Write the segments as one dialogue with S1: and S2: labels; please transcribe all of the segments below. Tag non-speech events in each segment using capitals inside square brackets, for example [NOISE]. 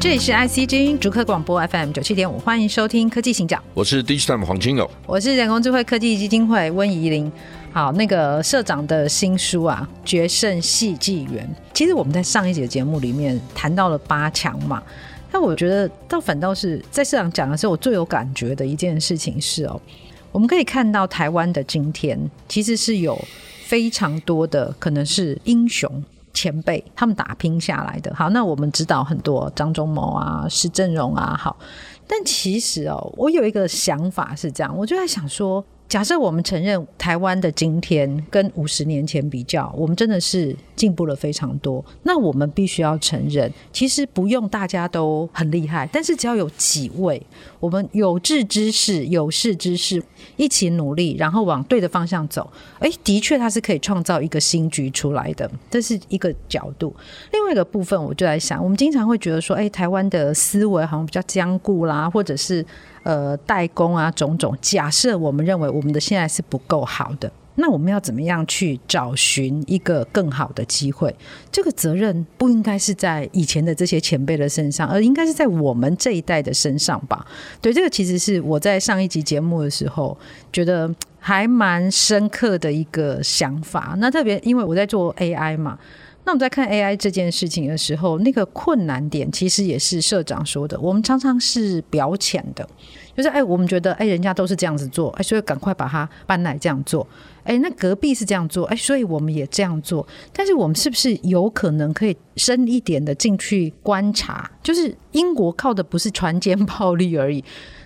S1: 这里是 IC 之音逐客广播 FM 九七点五，欢迎收听科技行脚，
S2: 我是 Digitime 黄金友，
S1: 我是人工智慧科技基金会温怡玲。好，那个社长的新书啊，《决胜戏纪元》，其实我们在上一节节目里面谈到了八强嘛，但我觉得倒反倒是在社长讲的时候，我最有感觉的一件事情是哦，我们可以看到台湾的今天其实是有非常多的可能是英雄。前辈他们打拼下来的。好，那我们指导很多张忠谋啊、施正荣啊，好。但其实哦，我有一个想法是这样，我就在想说，假设我们承认台湾的今天跟五十年前比较，我们真的是进步了非常多。那我们必须要承认，其实不用大家都很厉害，但是只要有几位我们有志之士、有识之士一起努力，然后往对的方向走，哎，的确它是可以创造一个新局出来的，这是一个角度。另外一个部分，我就在想，我们经常会觉得说，哎，台湾的思维好像比较僵固啦，或者是呃代工啊种种。假设我们认为我们的现在是不够好的，那我们要怎么样去找寻一个更好的机会？这个责任不应该是在以前的这些前辈的身上，而应该是在我们这一代的身上吧？对，这个其实是我在上一集节目的时候觉得。还蛮深刻的一个想法。那特别因为我在做 AI 嘛，那我们在看 AI 这件事情的时候，那个困难点其实也是社长说的，我们常常是表浅的，就是哎，我们觉得哎，人家都是这样子做，哎，所以赶快把它搬来这样做。哎，那隔壁是这样做，哎，所以我们也这样做。但是我们是不是有可能可以深一点的进去观察？就是英国靠的不是船坚炮利而已。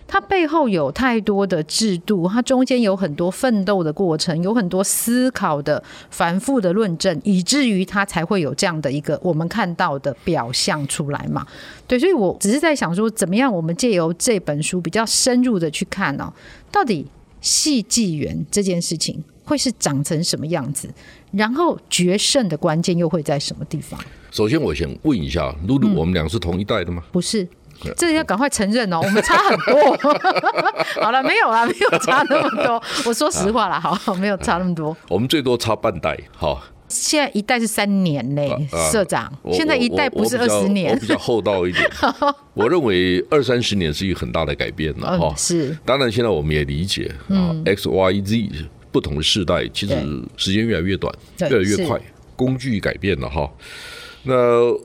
S1: 它背后有太多的制度，它中间有很多奋斗的过程，有很多思考的反复的论证，以至于它才会有这样的一个我们看到的表象出来嘛。对，所以我只是在想说，怎么样我们借由这本书比较深入的去看哦，到底戏纪元这件事情会是长成什么样子，然后决胜的关键又会在什么地方？
S2: 首先我想问一下露
S1: 嗯
S2: 露，我们俩是同一代的吗？
S1: 不是。这要赶快承认哦，我们差很多。 [LAUGHS] 好了，没有啦，没有差那么多。我说实话啦，好，没有差那么多。
S2: 我们最多差半代，好。
S1: 现在一代是三年嘞
S2: 啊，啊
S1: 社长，
S2: 我
S1: 现在一代不是二十
S2: 我
S1: 年
S2: 我比较我比较厚
S1: [LAUGHS]
S2: 道一点。我认为二三十年是一个很大的改变了哈
S1: 嗯，。是嗯
S2: 当然，现在我们也理解啊，X、Y、Z 不同的世代，其实
S1: 对
S2: 时间越来越短，
S1: 对
S2: 越来越
S1: 是
S2: 快，工具改变了哈。那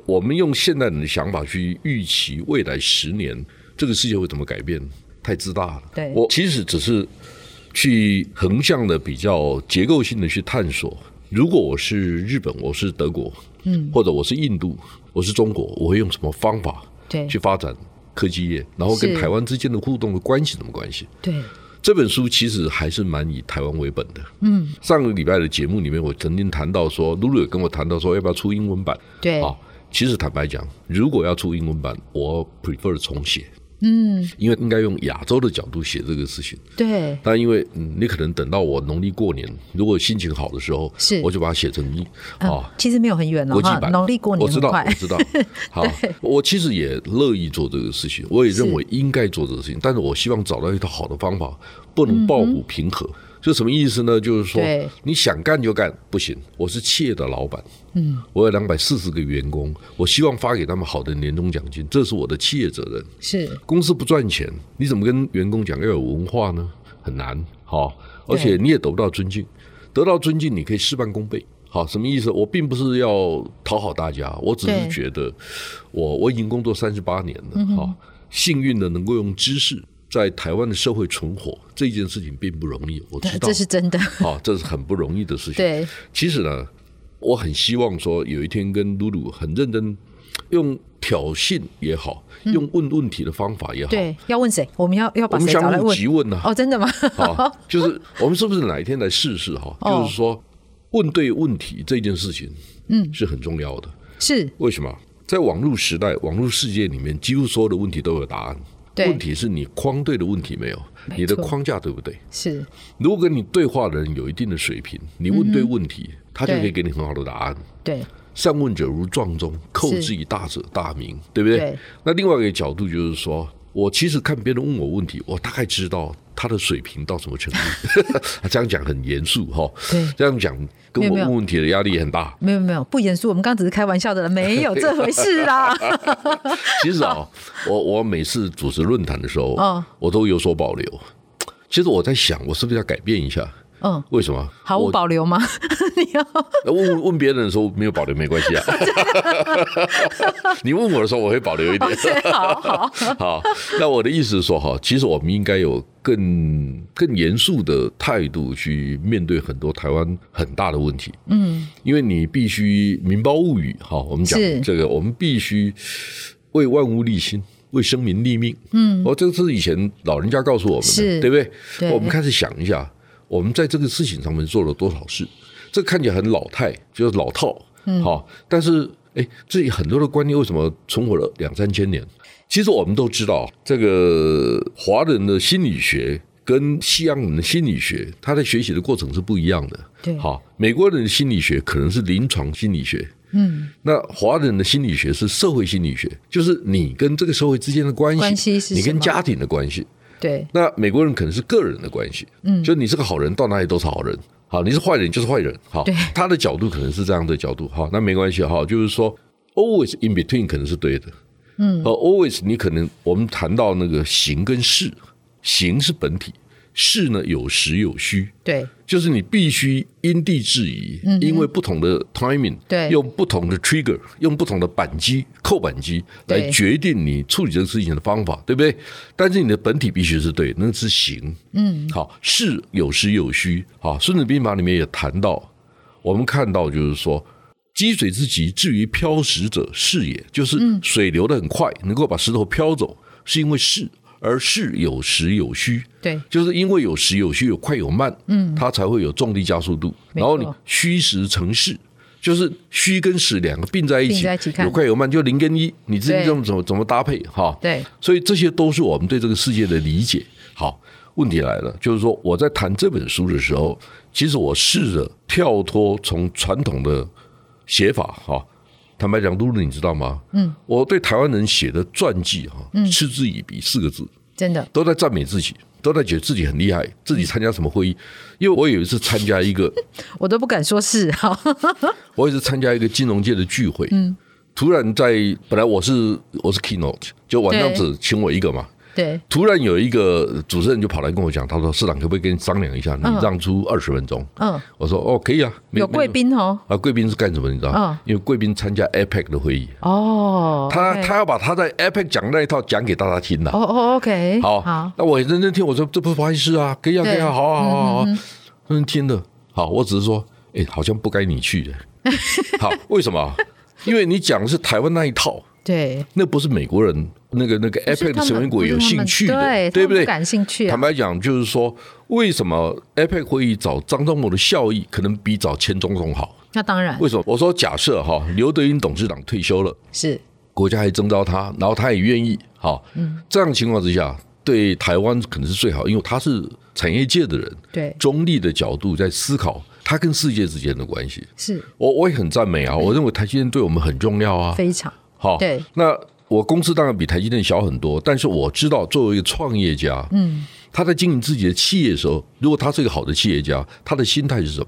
S2: 我们用现代人的想法去预期未来十年这个世界会怎么改变，太自大了。
S1: 对
S2: 我其实只是去横向的比较结构性的去探索。如果我是日本，我是德国，嗯，或者我是印度，我是中国，我会用什么方法
S1: 对
S2: 去发展科技业？然后跟
S1: 是
S2: 台湾之间的互动的关系怎么关系？
S1: 对，
S2: 这本书其实还是蛮以台湾为本的。嗯，上个礼拜的节目里面，我曾经谈到说，露露也跟我谈到说，要不要出英文版？
S1: 对
S2: 啊，其实坦白讲，如果要出英文版，我 prefer 重写。嗯，因为应该用亚洲的角度写这个事情。
S1: 对，
S2: 但因为、嗯你可能等到我农历过年，如果心情好的时候，
S1: 是
S2: 我就把它写成一啊、
S1: 嗯，其实没有很远了
S2: 国际
S1: 哈，
S2: 版
S1: 农历过年
S2: 我知
S1: 很
S2: 道，
S1: 快
S2: [LAUGHS] 我，
S1: [LAUGHS]
S2: 知道。好，我其实也乐意做这个事情，我也认为应该做这个事情，但是我希望找到一套好的方
S1: 嗯
S2: 法，不能抱虎平和。就什么意思呢？就是说
S1: 对，
S2: 你想干就干，不行。我是企业的老板，嗯，我有两百四十个员工，我希望发给他们好的年终奖金，这是我的企业责任。
S1: 是
S2: 公司不赚钱，你怎么跟员工讲要有文化呢？很难，好、而且你也得不到尊敬，得到尊敬你可以事半功倍。好，什么意思？我并不是要讨好大家，我只
S1: 对嗯
S2: 是觉得我我已经工作三十八年了，好、幸运的能够用知识在台湾的社会存活，这件事情并不容易，我知道
S1: 这，是真的，
S2: [LAUGHS] 好、哦这是很不容易的事情。
S1: 对，
S2: 其实呢，我很希望说有一天跟露露很认真，用挑衅也好，用问问题的方法也好，
S1: 嗯对，要问谁？我们要要
S2: 我
S1: 把
S2: 们
S1: 谁找
S2: 相
S1: 来
S2: 互
S1: 问？
S2: 提问呢、
S1: [LAUGHS] 哦，真的吗？
S2: 啊，就是我们是不是哪一天来试试哈？
S1: 哦
S2: 就是说，问对问题这件事情，嗯，是很重要的。
S1: [LAUGHS] 是
S2: 为什么？在网络时代、网络世界里面，几乎所有的问题都有答案。
S1: 对
S2: 问题是你框对的问题没有，
S1: 没
S2: 你的
S1: 错
S2: 框架对不对？
S1: 是
S2: 如果跟你对话的人有一定的水平，你问对问题，他就可以给你很好的答案。
S1: 嗯对
S2: 善问者如撞钟，叩之以大者大名，对不对？
S1: 对
S2: 那另外一个角度就是说，我其实看别人问我问题，我大概知道他的水平到什么程
S1: [LAUGHS]
S2: 度。这样讲很严肃哈
S1: 对，
S2: 这样讲跟我
S1: 没有没有
S2: 问问题的压力也很大。
S1: 没有没有不严肃，我们刚刚只是开玩笑的了，没有这回事
S2: [LAUGHS]
S1: 啦。
S2: [LAUGHS] 其
S1: [LAUGHS]
S2: 实啊，我我每次主持论坛的时候，
S1: 嗯
S2: 我都有所保留。其实我在想，我是不是要改变一下？
S1: 嗯，
S2: 为什么？
S1: 毫无
S2: 我
S1: 保留 [LAUGHS] 吗？你要
S2: 那呃问问别人的时候没有保留没关系啊， [LAUGHS] 你问我的时候我会保留一点。
S1: OK，好好
S2: [LAUGHS] 好，那我的意思是说哈，其实我们应该有更更严肃的态度去面对很多台湾很大的问题。嗯，因为你必须民胞物语哈，我们讲
S1: 是
S2: 这个，我们必须为万物立心。为生民立命，嗯，哦，这个是以前老人家告诉我们
S1: 是
S2: 的，对不对？
S1: 对
S2: 我们开始想一下，我们在这个事情上面做了多少事？这看起来很老态，就是老套，嗯，好、但是哎，这里很多的观念为什么存活了两三千年？其实我们都知道，这个华人的心理学跟西洋人的心理学，他在学习的过程是不一样的。
S1: 对
S2: 好，美国人的心理学可能是临床心理学，
S1: 嗯，
S2: 那华人的心理学是社会心理学，就是你跟这个社会之间的关系，
S1: 关系是
S2: 你
S1: 什
S2: 跟
S1: 么
S2: 家庭的关系。
S1: 对
S2: 那美国人可能是个人的关系，嗯，就你是个好人，到哪里都是好人，好，你是坏人就是坏人，好
S1: 对，
S2: 他的角度可能是这样的角度，好，那没关系，哈，就是说 always in between 可能是对的，嗯，和 always 你可能我们谈到那个形跟势，形是本体，势呢有实有虚，
S1: 对
S2: 就是你必须因地制宜，因为不同的 timing，
S1: 嗯对
S2: 用不同的 trigger，用不同的扳机、扣扳机
S1: 对
S2: 来决定你处理这个事情的方法，对不对？但是你的本体必须是对，那是行，嗯，好，是有实有虚，好，《孙子兵法》里面也谈到，我们看到就是说。积水之急，至于漂石者，是也。就是
S1: 嗯
S2: 水流得很快，能够把石头漂走，是因为势，而势有实有虚。
S1: 对
S2: 就是因为有实有虚，有快有慢，嗯，它才会有重力加速度。
S1: 没错
S2: 然后你虚实成势，就是虚跟实两个并在一
S1: 并
S2: 起，
S1: 在一起看
S2: 有快有慢，就零跟一，你自己
S1: 对
S2: 怎么怎么怎么搭配哈？
S1: 对，
S2: 所以这些都是我们对这个世界的理解。好，问题来了，就是说我在谈这本书的时候，其实我试着跳脱从传统的写法哈。坦白讲，露露，你知道吗？嗯，我对台湾人写的传记哈，
S1: 嗯
S2: 嗤之以鼻四个字。
S1: 真的
S2: 都在赞美自己，都在觉得自己很厉害，自己参加什么会议。因为我有一次参加一个， [LAUGHS]
S1: 我都不敢说是好
S2: 我有一次参加一个金融界的聚会，嗯，突然在本来我是我是 keynote，就晚上
S1: 对
S2: 只请我一个嘛。
S1: [LAUGHS] 对
S2: 突然有一个主持人就跑来跟我讲，他说：“市长可不可以跟你商量一下，你
S1: 嗯
S2: 让出二十分钟？”
S1: 嗯
S2: 我说：“哦，可以啊。没”
S1: 有贵宾哦
S2: 没啊，贵宾是干什么？你知道？
S1: 嗯
S2: 因为贵宾参加 APEC 的会议，
S1: 哦，
S2: 他
S1: OK
S2: 他要把他在 APEC 讲那一套讲给大家听的。啊
S1: 哦哦 OK
S2: 好，
S1: 好
S2: 那我也认真听，我说这不不好意思啊，可以啊，可
S1: 对嗯
S2: 以啊，好啊，好啊，好啊，认真听的。好，我只是说，哎，好像不该你
S1: [LAUGHS]
S2: 去的。好，为什么？因为你讲的是台湾那一套，
S1: 对
S2: 那不是美国人那个那个
S1: 不是
S2: APEC
S1: 他
S2: 的
S1: 们
S2: 成员国有
S1: 不是他
S2: 兴
S1: 们
S2: 趣的，
S1: 对
S2: 对
S1: 他
S2: 不
S1: 们
S2: 对？
S1: 不感兴趣啊
S2: 坦白讲，就是说，为什么 APEC 会议找张忠谋的效益可能比找前总统好？
S1: 那当然
S2: 为什么？我说假设哈，刘德英董事长退休了。
S1: 是
S2: 国家还征召他，然后他也愿意，好，这样的情况之下，对台湾可能是最好，因为他是产业界的人，
S1: 对
S2: 中立的角度在思考他跟世界之间的关系。
S1: 是
S2: 我我也很赞美啊，我认为台积电对我们很重要啊，
S1: 非常
S2: 好，
S1: 对，
S2: 那我公司当然比台积电小很多，但是我知道作为一个创业家，嗯，他在经营自己的企业的时候，如果他是一个好的企业家，他的心态是什么？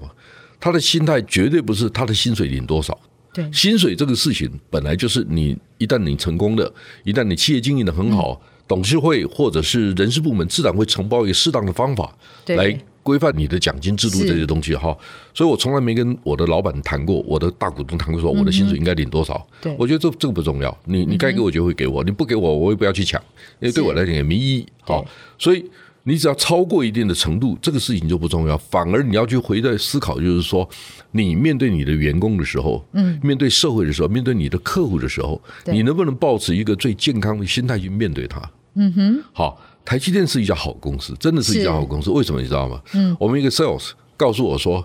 S2: 他的心态绝对不是他的薪水领多少，
S1: 对
S2: 薪水这个事情本来就是你一旦你成功了，一旦你企业经营的很
S1: 嗯
S2: 好，董事会或者是人事部门自然会承包一个适当的方法
S1: 对
S2: 来规范你的奖金制度
S1: 是
S2: 这些东西哈。所以我从来没跟我的老板谈过，我的大股东谈
S1: 嗯
S2: 过说我的薪水应该领多少。
S1: 对
S2: 我觉得这这个不重要，你你该给我就会给我，你不给我我也不要去抢，因为对我来讲也没意义。好
S1: 对，
S2: 所以。你只要超过一定的程度，这个事情就不重要，反而你要去回来思考，就是说，你面对你的员工的时候，嗯，面对社会的时候，面对你的客户的时候，
S1: 对
S2: 你能不能保持一个最健康的心态去面对它？嗯哼，好，台积电是一家好公司，真的是一
S1: 是
S2: 家好公司。为什么你知道吗？嗯，我们一个 sales 告诉我说，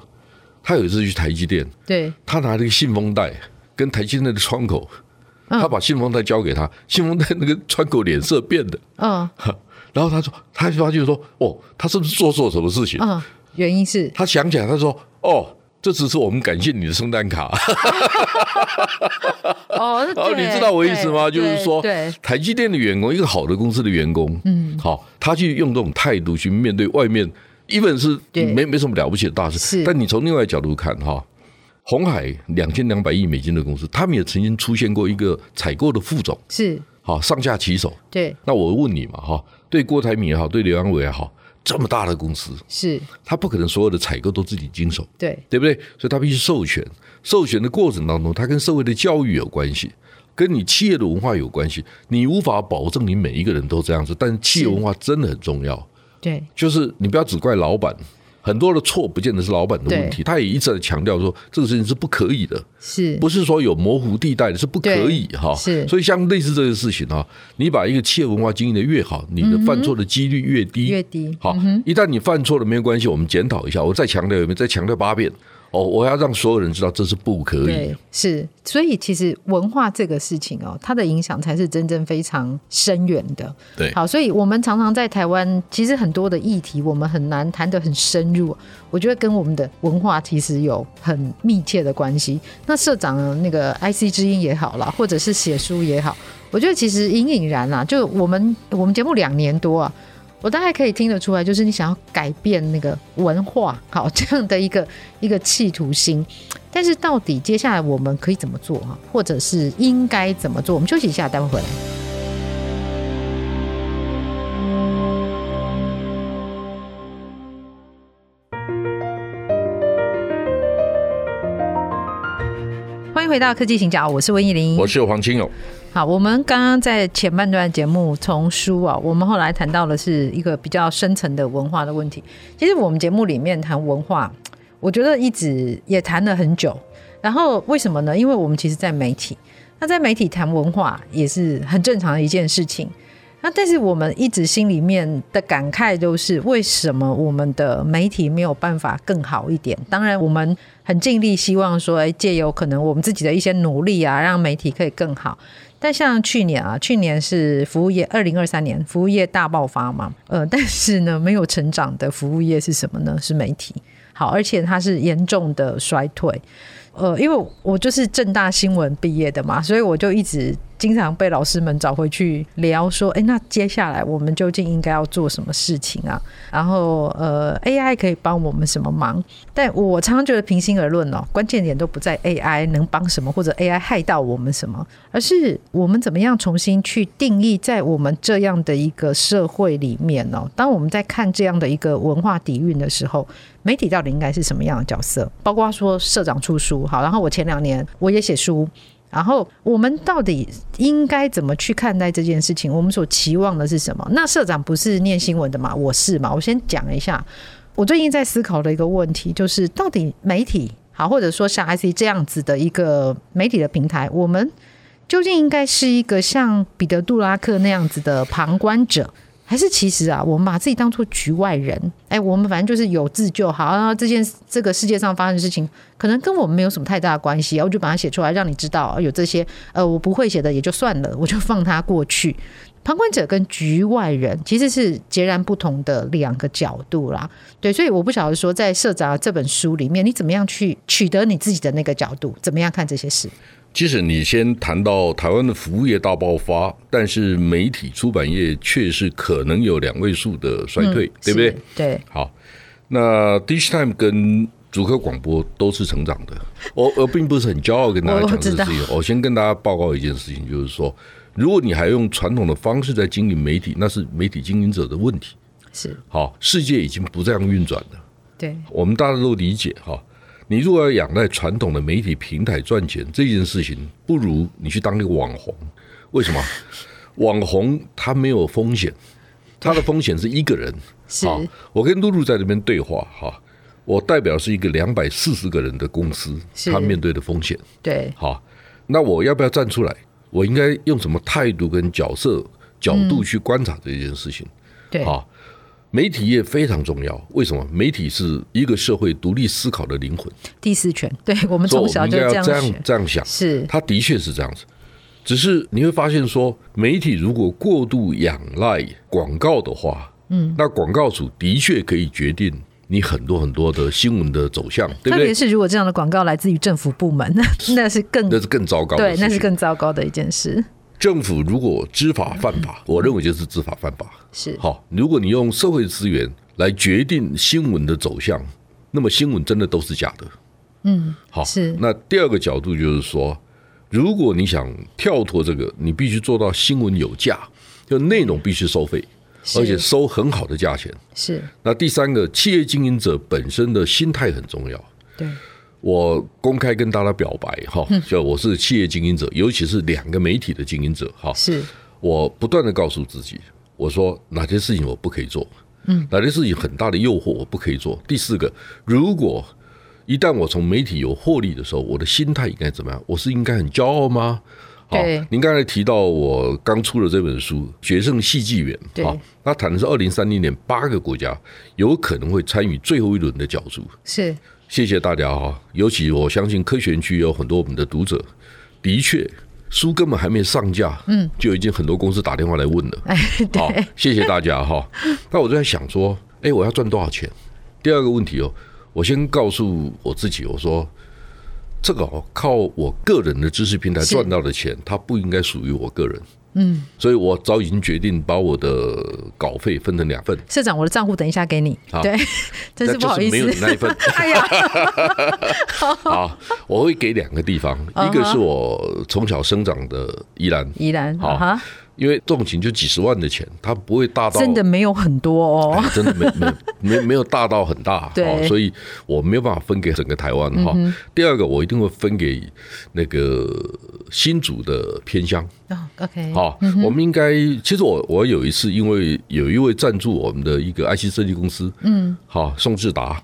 S2: 他有一次去台积电，
S1: 对
S2: 他拿了一个信封袋跟台积电的窗口
S1: 嗯
S2: 他把信封袋交给他，信封袋那个川口脸色变的，
S1: 嗯
S2: [LAUGHS] 然后他说，他发现说，哦，他是不是做错什么事情？
S1: 嗯，原因
S2: [LAUGHS]
S1: 是
S2: 他想起来，他说，哦，这只是我们感谢你的圣诞卡。 [LAUGHS]
S1: 哦，
S2: 然后
S1: 对
S2: 你知道我意思吗？
S1: 对
S2: 就是说
S1: 对，
S2: 台积电的员工，一个好的公司的员工，嗯，好，他去用这种态度去面对外面，一本是
S1: 对
S2: 没没什么了不起的大
S1: 是
S2: 事，但你从另外一个角度看哈。红海两千两百亿美金的公司，他们也曾经出现过一个采购的副总，
S1: 是，
S2: 好上下其手。
S1: 对
S2: 那我问你嘛，哈，对郭台铭也好，对刘阳伟也好，这么大的公司，
S1: 是，
S2: 他不可能所有的采购都自己经手，
S1: 对
S2: 对不对？所以他必须授权，授权的过程当中，它跟社会的教育有关系，跟你企业的文化有关系。你无法保证你每一个人都这样子，但是企业文化真的很重要。
S1: 对
S2: 就是你不要只怪老板，很多的错不见得是老板的问题。他也一直在强调说，这个事情是不可以的，
S1: 是，
S2: 不是说有模糊地带的，是不可以
S1: 对
S2: 哈。
S1: 是
S2: 所以像类似这个事情哈，你把一个企业文化经营的越好，你的犯错的几率越低。
S1: 越嗯低
S2: 好，一旦你犯错了，没有关系，我们检讨一下。我再强调一遍，再强调八遍。哦，我要让所有人知道这是不可以
S1: 对。是，所以其实文化这个事情哦，它的影响才是真正非常深远的。
S2: 对
S1: 好，所以我们常常在台湾，其实很多的议题我们很难谈得很深入，我觉得跟我们的文化其实有很密切的关系。那社长呢那个 IC 之音也好啦，或者是写书也好，我觉得其实隐隐然啦、啊就我们我们节目两年多啊。我大概可以听得出来，就是你想要改变那个文化，好这样的一个一个企图心。但是到底接下来我们可以怎么做哈，或者是应该怎么做？我们休息一下，待会回来。欢迎回到科技行脚，我是温怡玲，
S2: 我是黄清勇，
S1: 好，我们刚刚在前半段节目从书啊，我们后来谈到的是一个比较深层的文化的问题。其实我们节目里面谈文化，我觉得一直也谈了很久。然后为什么呢？因为我们其实，在媒体，那在媒体谈文化也是很正常的一件事情。那但是我们一直心里面的感慨都是，为什么我们的媒体没有办法更好一点？当然，我们很尽力，希望说，哎，借由可能我们自己的一些努力啊，让媒体可以更好。但像去年啊，去年是服务业二零二三年服务业大爆发嘛，呃，但是呢，没有成长的服务业是什么呢？是媒体。好，而且它是严重的衰退。呃，因为我就是正大新闻毕业的嘛，所以我就一直经常被老师们找回去聊说，哎，那接下来我们究竟应该要做什么事情啊？然后呃，AI 可以帮我们什么忙？但我常常觉得平心而论哦，关键点都不在 AI 能帮什么，或者 AI 害到我们什么，而是我们怎么样重新去定义在我们这样的一个社会里面哦。当我们在看这样的一个文化底蕴的时候，媒体到底应该是什么样的角色？包括说社长出书，好，然后我前两年我也写书。然后我们到底应该怎么去看待这件事情？我们所期望的是什么？那社长不是念新闻的嘛？我是嘛？我先讲一下，我最近在思考的一个问题，就是到底媒体好，或者说像 IC 这样子的一个媒体的平台，我们究竟应该是一个像彼得·杜拉克那样子的旁观者，还是其实啊，我们把自己当做局外人？哎，我们反正就是有志就好，然后这件这个世界上发生的事情，可能跟我们没有什么太大的关系，我就把它写出来，让你知道哦有这些呃我不会写的也就算了， [LAUGHS] 我就放它过去。旁观者跟局外人其实是截然不同的两个角度啦，对，所以我不晓得说在社长这本书里面，你怎么样去取得你自己的那个角度，怎么样看这些事？
S2: 即使你先谈到台湾的服务业大爆发，但是媒体出版业确实可能有两位数的衰退，对不对
S1: 嗯是？？对，
S2: 好，那 Dish Time 跟主客广播都是成长的。我我并不是很骄傲跟大家讲这个事
S1: 我
S2: 情。我先跟大家报告一件事情，就是说，如果你还用传统的方式在经营媒体，那是媒体经营者的问题。
S1: 是，
S2: 好，世界已经不这样运转了。
S1: 对，
S2: 我们大家都理解哈。你如果要仰赖传统的媒体平台赚钱这件事情，不如你去当一个网红。
S1: [LAUGHS]
S2: 为什么？网红他没有风险，他的风险是一个人。
S1: 是，
S2: 好，我跟露露在那边对话哈。我代表是一个两百四十个人的公司，
S1: 是
S2: 他面对的风险。
S1: 对，
S2: 好，那我要不要站出来？我应该用什么态度跟角色角
S1: 嗯
S2: 度去观察这件事情？
S1: 对，
S2: 好，啊媒体业非常重要。为什么？媒体是一个社会独立思考的灵魂，
S1: 第四权，对我们 [LAUGHS]
S2: 所以
S1: 从
S2: 我
S1: 小
S2: 们
S1: 就
S2: 应该
S1: 这样
S2: 要这样
S1: 学，
S2: 这样想。
S1: 是，
S2: 他的确是这样子。只是你会发现说，媒体如果过度仰赖广告的话，嗯，那广告主的确可以决定你很多很多的新闻的走向，对不
S1: 特别
S2: 对？
S1: 是如果这样的广告来自于政府部门，那 [LAUGHS] 那是更
S2: 那是更糟糕的
S1: 对
S2: 事，情。
S1: 那是更糟糕的一件事。
S2: 政府如果知法犯法，我认为就是知法犯法。
S1: 是
S2: 好，如果你用社会资源来决定新闻的走向，那么新闻真的都是假的。嗯，好，
S1: 是
S2: 那第二个角度就是说，如果你想跳脱这个，你必须做到新闻有价，就内容必须收费，
S1: 是
S2: 而且收很好的价钱。
S1: 是，
S2: 那第三个，企业经营者本身的心态很重要。
S1: 对，
S2: 我公开跟大家表白哈，就我是企业经营者，尤其是两个媒体的经营者哈。
S1: 是
S2: 我不断的告诉自己，我说哪些事情我不可以做，嗯，哪些事情很大的诱惑我不可以做。第四个，如果一旦我从媒体有获利的时候，我的心态应该怎么样？我是应该很骄傲吗？好
S1: 对，
S2: 您刚才提到我刚出的这本书《决胜戏剧员》，
S1: 对
S2: 好，那谈的是二零三零年八个国家有可能会参与最后一轮的角逐。
S1: 是
S2: 谢谢大家哈，尤其我相信科学园区有很多我们的读者，的确书根本还没上架，嗯，就已经很多公司打电话来问了。
S1: 哎，
S2: 好
S1: 对，，
S2: 谢谢大家
S1: [LAUGHS]
S2: 哈。那我就在想说，哎，我要赚多少钱？第二个问题哦，我先告诉我自己，我说这个哦，靠我个人的知识平台
S1: 是
S2: 赚到的钱，它不应该属于我个人。嗯，所以我早已经决定把我的稿费分成两份，
S1: 社长，我的账户等一下给你。
S2: 好 [LAUGHS]
S1: 对，真是
S2: 那
S1: 不
S2: 就
S1: 好意
S2: 没有你
S1: 思。
S2: 那一份。
S1: [LAUGHS] 哎
S2: [LAUGHS]
S1: 呀， [LAUGHS]
S2: 啊，我会给两个地方，
S1: 嗯
S2: 一个是我从小生长的宜兰，
S1: 依然
S2: 好
S1: 啊哈，
S2: 因为重情就几十万的钱，它不会大到
S1: 真的没有很多哦。
S2: 哎真的没没没
S1: [LAUGHS]
S2: 没有大到很大，
S1: 对嗯
S2: 哦所以我没有办法分给整个台湾哈、第二个，我一定会分给那个新竹的偏乡。
S1: 哦 OK，
S2: 哎好、我们应该其实我我有一次因为有一位赞助我们的一个 IC 设计公司，嗯，好、宋志达，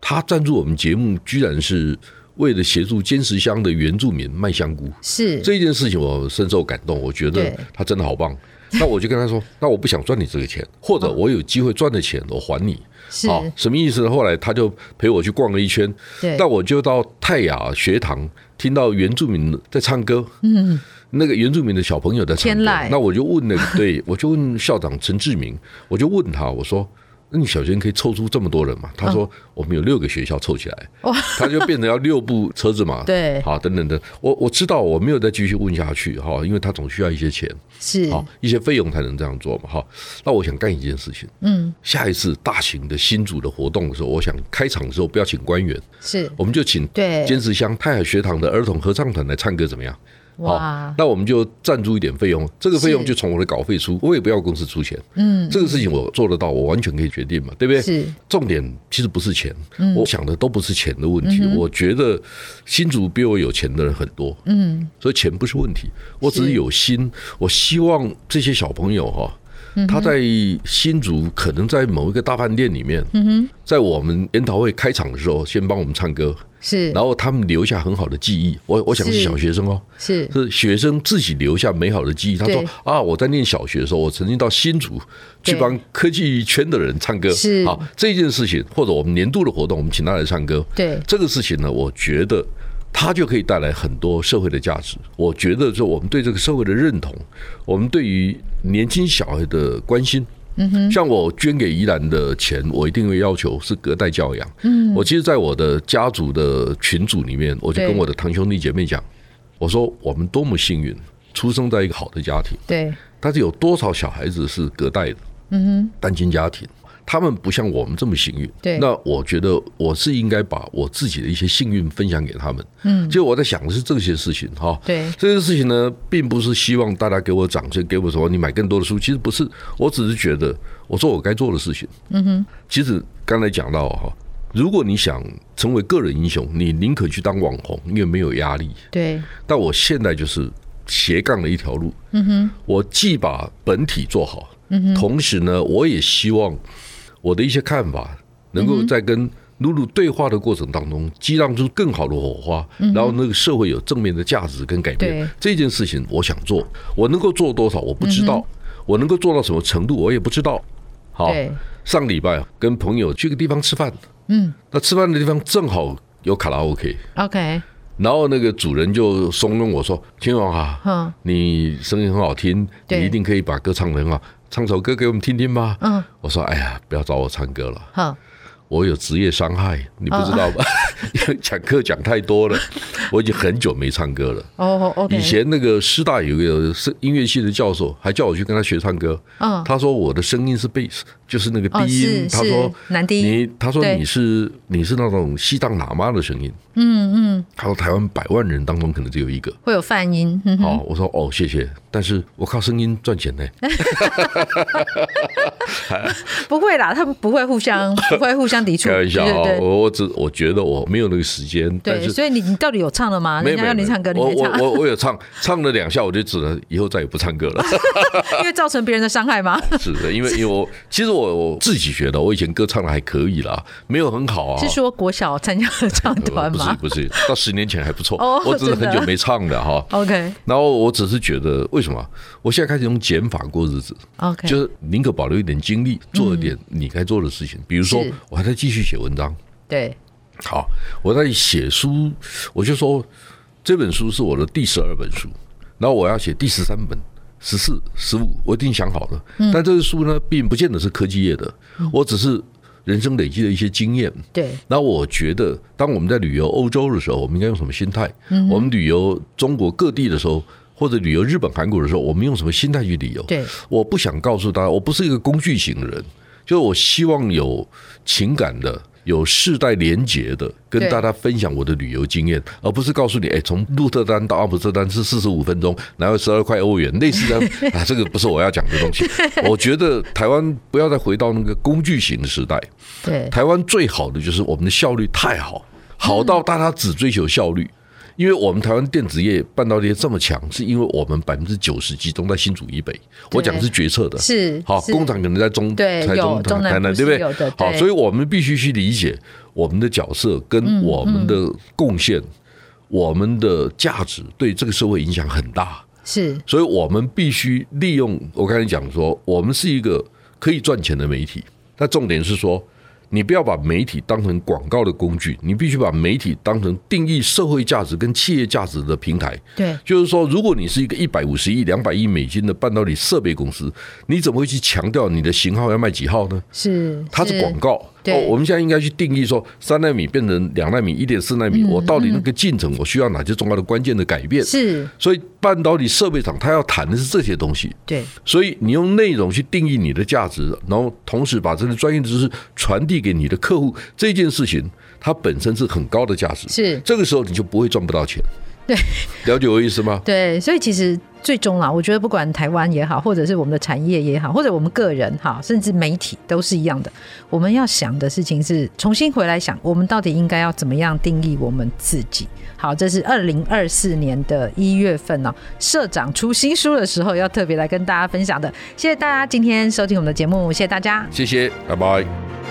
S2: 他赞助我们节目，居然是为了协助尖石乡的原住民卖香菇。
S1: 是
S2: 这件事情我深受感动，我觉得
S1: 对
S2: 他真的好棒。那我就跟他
S1: [LAUGHS]
S2: 说，那我不想赚你这个钱，或者我有机会赚的钱我还你。
S1: 哦是，
S2: 好，什么意思呢？后来他就陪我去逛了一圈，
S1: 对
S2: 那我就到泰雅学堂听到原住民在唱歌，嗯，那个原住民的小朋友在唱歌
S1: 天籁，
S2: 那我就问那个，
S1: [LAUGHS]
S2: 对我就问校长陈志明，我就问他，我说。那你小学可以凑出这么多人
S1: 嗯
S2: 嘛？他说我们有六个学校凑起来，他就变成要六部车子
S1: [LAUGHS]
S2: 嘛。
S1: 对
S2: 好，等等等，我我知道我没有再继续问下去哈，因为他总需要一些钱。
S1: 是
S2: 好，一些费用才能这样做嘛，哈。那我想干一件事情，嗯，下一次大型的新组的活动的时候，我想开场的时候不要请官员，
S1: 是，
S2: 我们就请
S1: 对
S2: 坚持乡太海学堂的儿童合唱团来唱歌，怎么样？
S1: 哇，
S2: 那我们就赞助一点费用，这个费用
S1: 是
S2: 就从我的稿费出，我也不要公司出钱。嗯，这个事情我做得到，我完全可以决定嘛，对不对？
S1: 是
S2: 重点其实不是钱，我想的都不是钱的问题。我觉得新竹比我有钱的人很多，嗯，所以钱不是问题，我只是有心，我希望这些小朋友哈、他在新竹，可能在某一个大饭店里面，在我们研讨会开场的时候，先帮我们唱歌，
S1: 是
S2: 然后他们留下很好的记忆。我我想是
S1: 是
S2: 小学生哦，
S1: 是
S2: 是学生自己留下美好的记忆。他说
S1: 对
S2: 啊，我在念小学的时候，我曾经到新竹去
S1: 对
S2: 帮科技圈的人唱歌。
S1: 是
S2: 啊，这件事情或者我们年度的活动，我们请他来唱歌。
S1: 对
S2: 这个事情呢，我觉得。它就可以带来很多社会的价值。我觉得，说我们对这个社会的认同，我们对于年轻小孩的关心，
S1: 嗯
S2: 像我捐给宜兰的钱，我一定会要求是隔代教养。嗯，我其实，在我的家族的群组里面，我就跟
S1: 对
S2: 我的堂兄弟姐妹讲，我说我们多么幸运，出生在一个好的家庭，
S1: 对
S2: 但是有多少小孩子是隔代的？嗯哼，单亲家庭。他们不像我们这么幸运，
S1: 对
S2: 那我觉得我是应该把我自己的一些幸运分享给他们。嗯，就我在想的是这些事情哈。
S1: 对
S2: 这件事情呢，并不是希望大家给我掌声，给我说你买更多的书，其实不是，我只是觉得我做我该做的事情。嗯哼，其实刚才讲到哈，如果你想成为个人英雄，你宁可去当网红，因为没有压力。
S1: 对
S2: 但我现在就是斜杠了一条路。嗯哼，我既把本体做好，嗯、同时呢，我也希望我的一些看法能够在跟露露对话的过程当中，激荡出更好的火花，然后那个社会有正面的价值跟改变
S1: 对。
S2: 这件事情我想做，我能够做多少我不知道，我能够做到什么程度我也不知道。好，
S1: 嗯对
S2: 上礼拜啊跟朋友去个地方吃饭，嗯，那吃饭的地方正好有卡拉 OK，
S1: ，OK，
S2: 然后那个主人就怂恿我说：“亲王啊，
S1: 嗯
S2: 你声音很好听，
S1: 对
S2: 你一定可以把歌唱得很好，唱首歌给我们听听吧。”
S1: 嗯，
S2: 我说：“哎呀，不要找我唱歌了，
S1: 哼，
S2: 我有职业伤害，你不知道吧？
S1: 嗯
S2: [LAUGHS] 因为讲课讲太多了，我已经很久没唱歌了。
S1: 哦，OK，
S2: 以前那个师大有一个是音乐系的教授，还叫我去跟他学唱歌。
S1: 嗯
S2: 他说我的声音是 bass，就是那个
S1: 哦
S2: 低音。
S1: 是
S2: 他说
S1: 是男低音
S2: 你他说
S1: 对
S2: 你是你是那种西藏喇嘛的声音。嗯嗯。他说台湾百万人当中可能只有一个。
S1: 会有泛音，嗯哼
S2: 好，我说哦，谢谢，但是我靠声音赚钱呢。
S1: 不会啦，他们不会互
S2: [LAUGHS]
S1: 相不会互相抵触，
S2: 开玩笑哦
S1: 对
S2: 哈，
S1: 对对
S2: 我我只我觉得我没有那个时间，但
S1: 对，
S2: 是。
S1: 所以你你到底有唱了吗？
S2: 没有
S1: 人家要你唱歌，你
S2: 我
S1: 没
S2: 我
S1: 唱，
S2: 我我有唱，唱了两下我就只能以后再也不唱歌了。
S1: [LAUGHS] 因为造成别人的伤害
S2: [LAUGHS]
S1: 吗？
S2: 是的，因为因为我其实我我自己觉得我以前歌唱的还可以啦，没有很好啊。
S1: [LAUGHS] 是说国小参加合唱
S2: 呃
S1: 团
S2: 不是
S1: 吗
S2: 不是，到十年前还不错
S1: 哦，
S2: 我只是很
S1: 真
S2: 久
S1: 的
S2: 没唱了哈。
S1: ？OK
S2: 然后我只是觉得，为什么我现在开始用减法过日子？
S1: OK，
S2: 就是宁可保留一点精力，做一点你该做的事情。比如说
S1: 是，
S2: 我还在继续写文章，
S1: 对，
S2: 好，我在写书，我就说这本书是我的第十二本书，然后我要写第十三本、十四、十五，我已经想好了。
S1: 嗯
S2: 但这个书呢，并不见得是科技业的，我只是人生累积的一些经验。
S1: 对，
S2: 那我觉得，当我们在旅游欧洲的时候，我们应该用什么心态？
S1: 嗯
S2: 我们旅游中国各地的时候，或者旅游日本、韩国的时候，我们用什么心态去旅游？
S1: 对，
S2: 我不想告诉大家，我不是一个工具型的人，就是我希望有情感的。有世代连结的，跟
S1: 对
S2: 大家分享我的旅游经验，而不是告诉你，哎，从鹿特丹到阿姆斯特丹是四十五分钟，然后十二块欧元，类
S1: [LAUGHS]
S2: 似的啊，这个不是我要讲的东西。我觉得台湾不要再回到那个工具型的时代，
S1: 对，
S2: 台湾最好的就是我们的效率太好，好到大家只追求效率。因为我们台湾电子业、半导体业这么强，是因为我们百分之九十集中在新竹以北。我讲的是决策的，
S1: 是
S2: 好
S1: 是
S2: 工厂可能在中，
S1: 对
S2: 台
S1: 有
S2: 中、
S1: 中南
S2: 台南，
S1: 部是
S2: 对不
S1: 有
S2: 对
S1: 的？
S2: 好，
S1: 对嗯
S2: 所以我们必须去理解我们的角色跟我们的贡献、我们的价值对这个社会影响很大。
S1: 是
S2: 所以我们必须利用我刚才讲说，我们是一个可以赚钱的媒体。那重点是说，你不要把媒体当成广告的工具，你必须把媒体当成定义社会价值跟企业价值的平台。
S1: 对
S2: 就是说，如果你是一个一百五十亿、两百亿美金的半导体设备公司，你怎么会去强调你的型号要卖几号呢？
S1: 是，
S2: 它是广告。
S1: 对
S2: 哦，我们现在应该去定义说，三纳米变成两纳米、一点四纳米，我到底那个进程，我需要哪些重要的关键的改变？
S1: 是，
S2: 所以半导体设备厂它要谈的是这些东西。
S1: 对
S2: 所以你用内容去定义你的价值，然后同时把这个专业知识传递给你的客户，这件事情它本身是很高的价值。
S1: 是
S2: 这个时候你就不会赚不到钱。
S1: 对，
S2: 了解我意思吗？
S1: 对，所以其实最终啦，我觉得不管台湾也好，或者是我们的产业也好，或者我们个人哈，甚至媒体都是一样的。我们要想的事情是重新回来想，我们到底应该要怎么样定义我们自己。好，这是二零二四年的一月份呢、社长出新书的时候要特别来跟大家分享的。谢谢大家今天收听我们的节目，谢谢大家。
S2: 谢谢，拜拜。